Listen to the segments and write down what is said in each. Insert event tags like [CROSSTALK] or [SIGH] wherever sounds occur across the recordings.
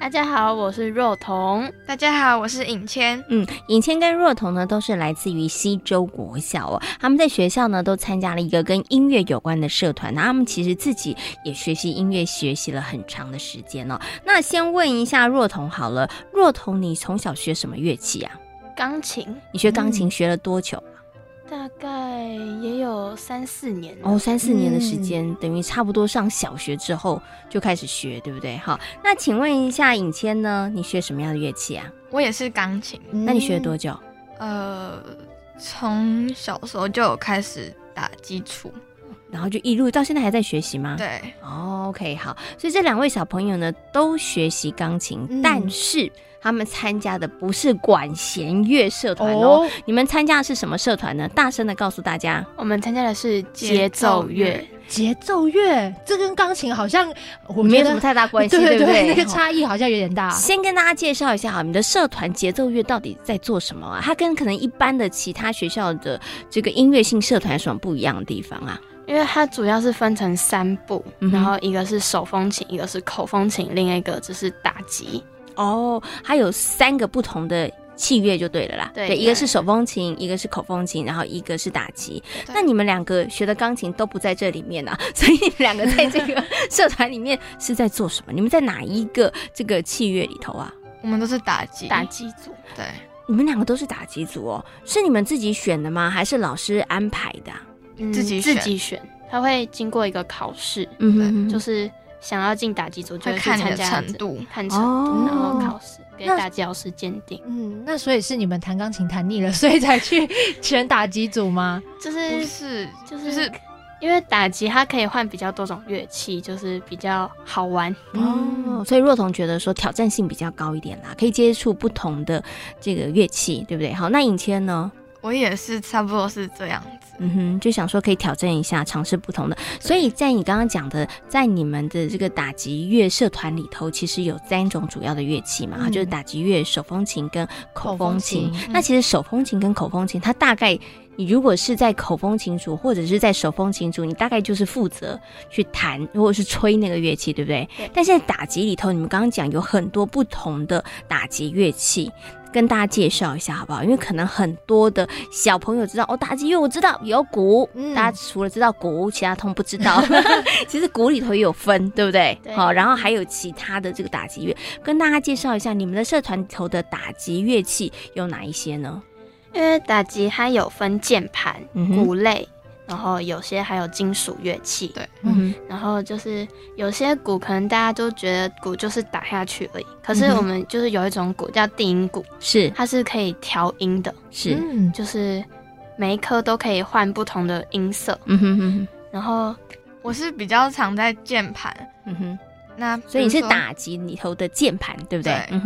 大家好，我是若彤。大家好，我是尹谦。嗯，尹谦跟若彤呢都是来自于西周国小哦，他们在学校呢都参加了一个跟音乐有关的社团，那他们其实自己也学习音乐，学习了很长的时间哦。那先问一下若彤好了，若彤你从小学什么乐器啊？钢琴你学钢琴学了多久？大概也有三四年了哦，三四年的时间，等于差不多上小学之后就开始学，对不对？好，那请问一下尹谦呢，你学什么样的乐器啊？我也是钢琴，那你嗯学了多久？呃，从小时候就有开始打基础，然后就一路到现在还在学习吗？对，哦，OK，好，所以这两位小朋友呢都学习钢琴，嗯但是他们参加的不是管弦乐社团哦。你们参加的是什么社团呢？大声的告诉大家，我们参加的是节节奏奏乐乐，节奏乐，这跟钢琴好像我没觉有什得么太大关系， [LAUGHS] 对不对？哦那个好差异好像有点大。先跟大家介绍一下哈，你们的社团节奏乐到底在做什么啊？它跟可能一般的其他学校的这个音乐性社团有什么不一样的地方哦啊？因为它主要是分成三部，嗯哼然后一个是手风琴，一个是口风琴，另一个就是打击。哦，它有三个不同的器乐就对了啦。对一个是手风琴，一个是口风琴，然后一个是打击。对那你们两个学的钢琴都不在这里面啊， [LAUGHS] 所以你们两个在这 [LAUGHS] 个社团里面是在做什么？你们在哪一个这个器乐里头啊？我们都是打击，打击组，对，你们两个都是打击组哦，是你们自己选的吗？还是老师安排的啊、嗯自己自选己选，它会经过一个考试，嗯对哼，就是想要进打击组就会会去看你参的加程这，度。看程度，哦然后考试给那打击老师鉴定。嗯，那所以是你们弹钢琴弹腻了，所以才去选打击组吗？就不是是，就是就是因为打击它可以换比较多种乐器，就是比较好玩。哦，所以若彤觉得说挑战性比较高一点啦，可以接触不同的这个乐器，对不对？好，那尹谦呢？我也是差不多是这样子。嗯哼，就想说可以挑战一下，尝试不同的。所以在你刚刚讲的，在你们的这个打击乐社团里头，其实有三种主要的乐器嘛，嗯就是打击乐、手风琴跟口风琴。口风琴那其实手风琴跟口风琴，它大概你如果是在口风琴组或者是在手风琴组，你大概就是负责去弹或者是吹那个乐器，对不对？对但现在打击里头，你们刚刚讲有很多不同的打击乐器，跟大家介绍一下好不好？因为可能很多的小朋友知道哦，打击乐我知道有鼓，嗯大家除了知道鼓，其他通不知道。 [LAUGHS] 其实鼓里头也有分，对不对？对好，然后还有其他的这个打击乐，跟大家介绍一下你们的社团里头的打击乐器有哪一些呢？因为打击它有分键盘、嗯哼鼓类，然后有些还有金属乐器。对嗯哼，然后就是有些鼓，可能大家都觉得鼓就是打下去而已。可是嗯哼我们就是有一种鼓叫定音鼓，是它是可以调音的，是，嗯，就是每一颗都可以换不同的音色。嗯哼哼然后我是比较常在键盘，哼，嗯哼，那所以你比是如说打击里头的键盘，对不对？对嗯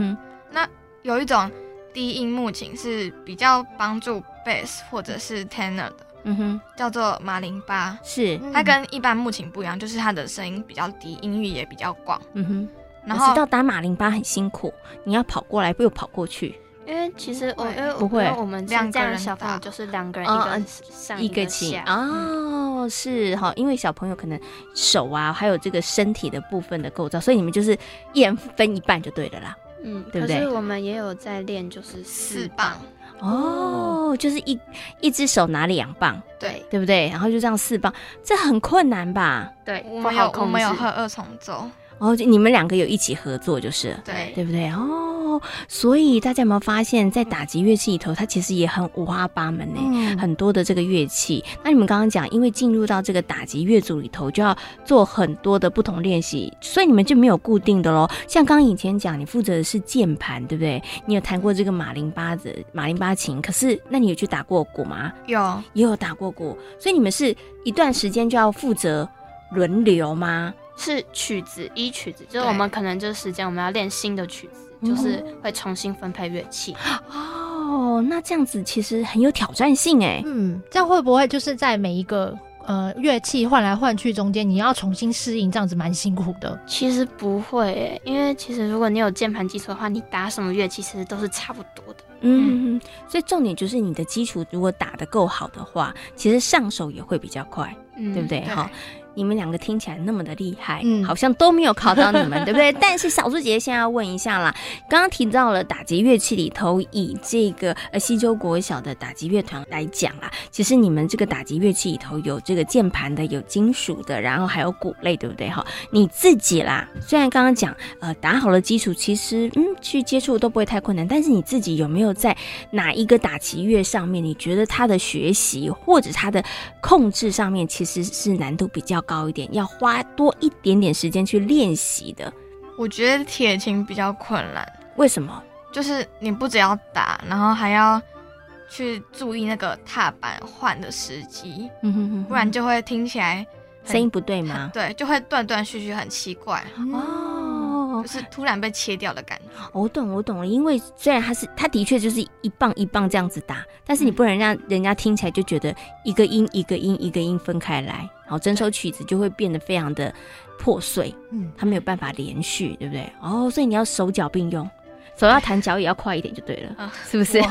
哼，有一种低音木琴是比较帮助 bass 或者是 tenor 的，嗯哼，叫做马林巴。是，它跟一般木琴不一样，就是它的声音比较低，音域也比较广。嗯哼。然我后知道打马林巴很辛苦，你要跑过来，不又跑过去，因为其实我不会因为不会因为我们两这个样人小朋友打就是两个人哦一个嗯上一个个琴下哦，是哈，因为小朋友可能手啊，还有这个身体的部分的构造，所以你们就是一人分一半就对了啦。嗯，对可不对是我们也有在练，就是四四棒，哦，就是一一只手拿两棒，对，对不对？然后就这样四棒，这很困难吧？对，我不们有好我控们有喝制。二重奏，哦，就你们两个有一起合作就是了，对，对不对？哦，所以大家有没有发现，在打击乐器里头，它其实也很五花八门呢、嗯很多的这个乐器。那你们刚刚讲，因为进入到这个打击乐组里头，就要做很多的不同练习，所以你们就没有固定的喽。像刚刚以前讲，你负责的是键盘，对不对？你有弹过这个马林巴子、马林巴琴，可是那你有去打过鼓吗？有也有打过鼓，所以你们是一段时间就要负责轮流吗？是曲子一曲子，就是对我们可能就是时间我们要练新的曲子，嗯就是会重新分配乐器。哦，那这样子其实很有挑战性哎。嗯，这样会不会就是在每一个呃乐器换来换去中间，你要重新适应，这样子蛮辛苦的。其实不会耶，因为其实如果你有键盘基础的话，你打什么乐器其实都是差不多的。嗯，所以重点就是你的基础如果打得够好的话，其实上手也会比较快，嗯对不对？哈，你们两个听起来那么的厉害，嗯好像都没有考到你们，对不对？但是小猪姐姐现在要问一下啦，刚刚提到了打击乐器里头，以这个呃西周国小的打击乐团来讲啊，其实你们这个打击乐器里头有这个键盘的，有金属的，然后还有鼓类，对不对？哈，你自己啦，虽然刚刚讲呃打好了基础，其实嗯去接触都不会太困难，但是你自己有没有在哪一个打击乐上面，你觉得他的学习或者他的控制上面其实是难度比较高一点，要花多一点点时间去练习的？我觉得铁琴比较困难，为什么？就是你不只要打，然后还要去注意那个踏板换的时机，嗯哼哼哼，不然就会听起来很声音不对吗？对，就会断断续续，很奇怪，哦就，是突然被切掉的感觉。我懂，我懂了。因为虽然它是，它的确就是一棒一棒这样子打，但是你嗯不能让人家听起来就觉得一个音一个音一个音分开来，好，整首曲子就会变得非常的破碎，嗯，它没有办法连续，对不对？哦，所以你要手脚并用，手要弹，脚也要快一点就对了，啊是不是？哇，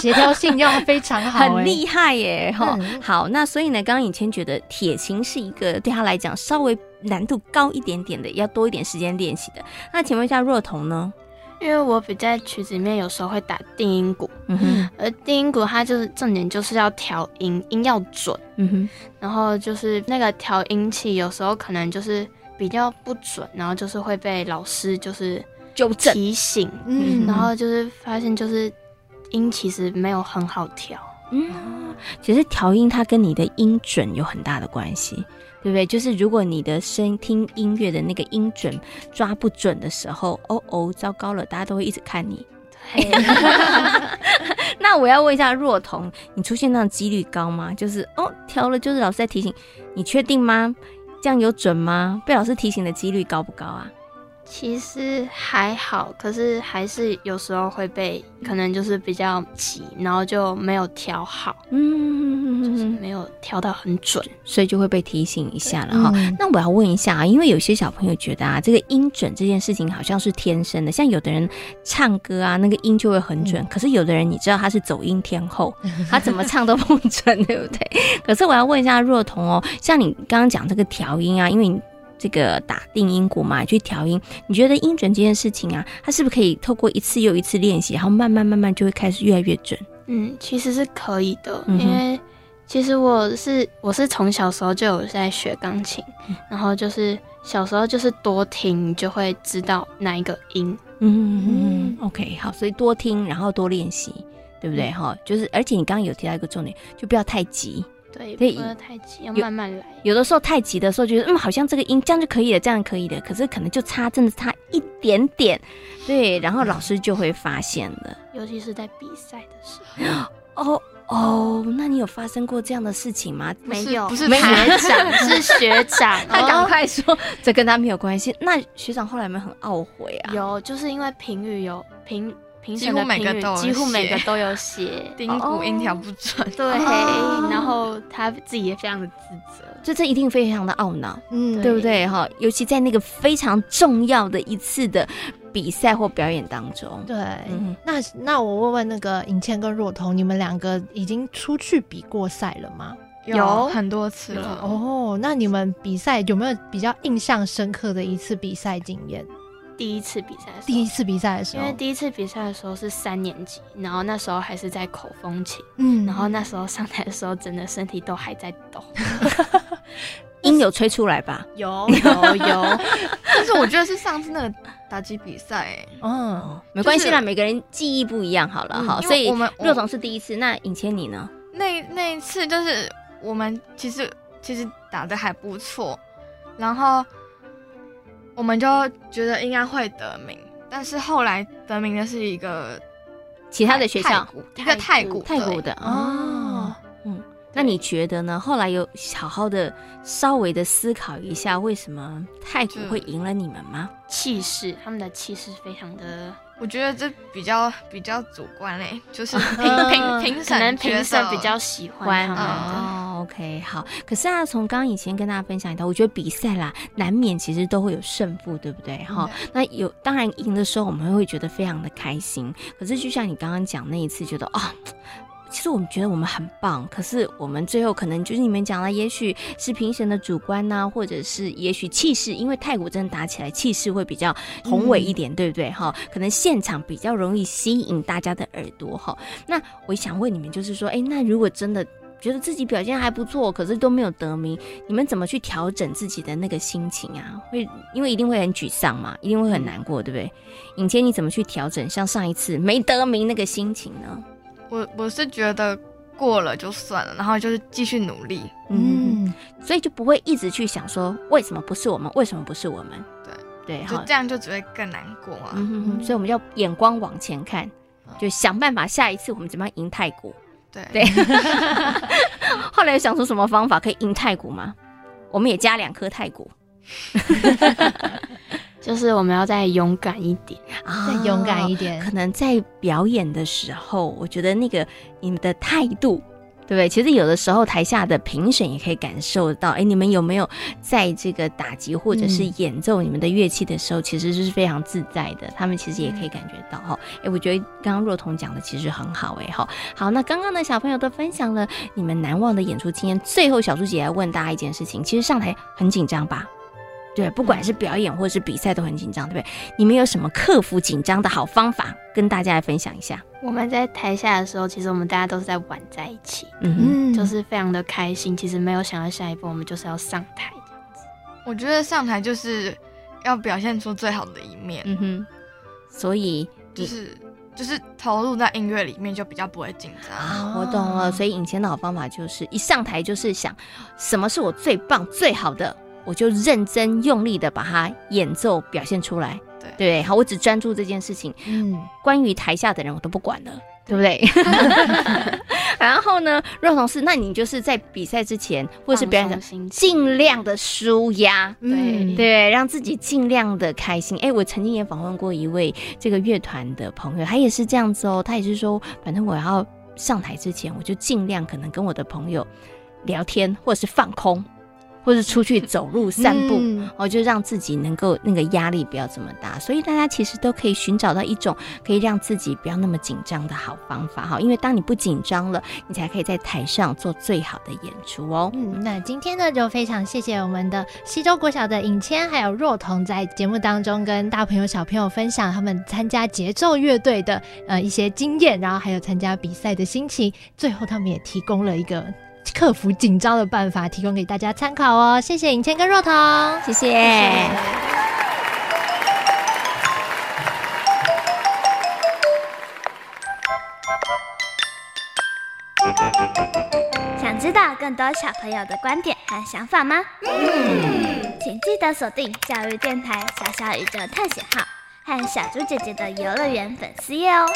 协调性要非常好、欸很厉害哦耶！哈、嗯好，那所以呢，刚刚以前觉得铁琴是一个对他来讲稍微难度高一点点的，要多一点时间练习的。那请问一下若彤呢？因为我比在曲子里面有时候会打定音鼓，嗯哼，而定音鼓它就是重点就是要调音，音要准，嗯哼，然后就是那个调音器有时候可能就是比较不准，然后就是会被老师就是纠正。提醒，嗯然后就是发现就是音其实没有很好调。嗯，其实调音它跟你的音准有很大的关系，对不对？就是如果你的声听音乐的那个音准抓不准的时候，哦哦，糟糕了，大家都会一直看你。 [LAUGHS] 嘿 [LAUGHS] 那我要问一下若彤，你出现那种几率高吗？就是哦，调了，就是老师在提醒你，确定吗？这样有准吗？被老师提醒的几率高不高啊？其实还好，可是还是有时候会被，可能就是比较急，然后就没有调好，就是嗯，没有调到很准。所以就会被提醒一下了哈。嗯那我要问一下啊，因为有些小朋友觉得啊，这个音准这件事情好像是天生的，像有的人唱歌啊，那个音就会很准，可是有的人你知道他是走音天后，他怎么唱都不准，对不对？可是我要问一下若彤哦，像你刚刚讲这个调音啊，因为你。这个打定音鼓嘛，去调音，你觉得音准这件事情啊，它是不是可以透过一次又一次练习，然后慢慢慢慢就会开始越来越准？嗯，其实是可以的，嗯哼因为其实我是我是从小时候就有在学钢琴，嗯然后就是小时候就是多听，你就会知道哪一个音。嗯，OK，好，所以多听，然后多练习，对不对？哈、就是，而且你刚刚有提到一个重点，就不要太急。对，对不要太急，要有慢慢来。有的时候太急的时候，觉得嗯，好像这个音这样就可以了，这样可以的，可是可能就差，真的差一点点，对，然后老师就会发现了。尤其是在比赛的时候，哦哦，那你有发生过这样的事情吗？不是没有不是没有他学长是学长，他赶哦快说，这跟他没有关系。那学长后来有没有很懊悔啊？有，就是因为评语有评评审几乎的每评个语都有几乎每写个都有写，哦 [LAUGHS] 丁鼓音调不准，对，哦然后他自己也非常的自责，就这一定非常的懊恼。嗯，对不对哈？尤其在那个非常重要的一次的比赛或表演当中，对。嗯，那那我问问那个尹倩跟若彤，你们两个已经出去比过赛了吗？有很多次了。哦，那你们比赛有没有比较印象深刻的一次比赛经验？第一次比赛的时候，第一次比赛的时因候，为第一次比赛的时候是三年级，然后那时候还是在口风琴，嗯然后那时候上台的时候，整个身体都还在抖，音有吹出来吧？有有有， [LAUGHS] 但是我觉得是上次那个打击比赛、欸，嗯，哦没关系啦，每个人记忆不一样，好了哈。因为所以我们我若总是第一次，那尹谦你呢？那那一次就是我们其实其实打的还不错，然后我们就觉得应该会得名，但是后来得名的是一个其他的学泰校，国一个泰国泰国的哦哦，嗯，那你觉得呢？后来有好好的稍微的思考一下，为什么泰国就会赢了你们吗？气势，他们的气势非常的，我觉得这比较比较主观嘞，就是呃评嗯评评可能审觉评得审比较喜欢他们嗯的。哦，OK，好。可是啊，从刚刚以前跟大家分享到，我觉得比赛啦，难免其实都会有胜负，对不对？哈、那有当然赢的时候，我们会觉得非常的开心。可是就像你刚刚讲那一次，觉得啊。其实我们觉得我们很棒，可是我们最后可能就是你们讲了，也许是评审的主观呐、或者是也许气势，因为泰国真的打起来气势会比较宏伟一点，对不对？哈，可能现场比较容易吸引大家的耳朵哈。那我想问你们，就是说，哎，那如果真的觉得自己表现还不错，可是都没有得名，你们怎么去调整自己的那个心情啊？会因为一定会很沮丧嘛，一定会很难过，对不对？尹谦，你怎么去调整像上一次没得名那个心情呢？我我是觉得过了就算了，然后就是继续努力。嗯，嗯，所以就不会一直去想说为什么不是我们，为什么不是我们？对对，就好这，样就只会更难过啊。嗯哼哼，所以我们要眼光往前看，就想办法下一次我们怎么样赢泰国。对对，后来有想出什么方法可以赢泰国吗？我们也加两颗泰国就是我们要再勇敢一点，啊再勇敢一点可，能在表演的时候，我觉得那个你们的态度，对不对？其实有的时候台下的评审也可以感受到，哎，你们有没有在这个打击或者是嗯演奏你们的乐器的时候，其实是非常自在的，他们其实也可以感觉到哈。哎，我觉得刚刚若彤讲的其实很好哎哈。好，那刚刚的小朋友都分享了你们难忘的演出经验，最后小猪姐来问大家一件事情，其实上台很紧张吧？对，不管是表演或是比赛都很紧张，对不对？你们有什么克服紧张的好方法，跟大家来分享一下？我们在台下的时候，其实我们大家都是在玩在一起，嗯嗯，就是非常的开心。其实没有想到下一步我们就是要上台，我觉得上台就是要表现出最好的一面，嗯哼，所以就是就是投入在音乐里面，就比较不会紧张。啊，我懂了。所以哦以前的好方法就是一上台就是想什么是我最棒、最好的，我就认真用力的把它演奏表现出来。对不对，好，我只专注这件事情。嗯，关于台下的人，我都不管了，对不对？ [LAUGHS] 然后呢，若同事，那你就是在比赛之前或是表演放前，松心情，尽量的舒压，嗯对，让自己尽量的开心。哎，我曾经也访问过一位这个乐团的朋友，他也是这样子哦，他也是说，反正我要上台之前，我就尽量可能跟我的朋友聊天，或者是放空，或是出去走路、 [LAUGHS] 散步。嗯哦，就让自己能够那个压力不要这么大，所以大家其实都可以寻找到一种可以让自己不要那么紧张的好方法哈，因为当你不紧张了，你才可以在台上做最好的演出哦。嗯，那今天呢，就非常谢谢我们的西周国小的尹谦还有若彤，在节目当中跟大朋友小朋友分享他们参加节奏乐队的呃一些经验，然后还有参加比赛的心情。最后，他们也提供了一个克服紧张的办法，提供给大家参考哦。谢谢尹谦跟若彤，谢谢。想知道更多小朋友的观点和想法吗？请记得锁定教育电台《小小宇宙探险号》和小猪姐姐的游乐园粉丝页哦。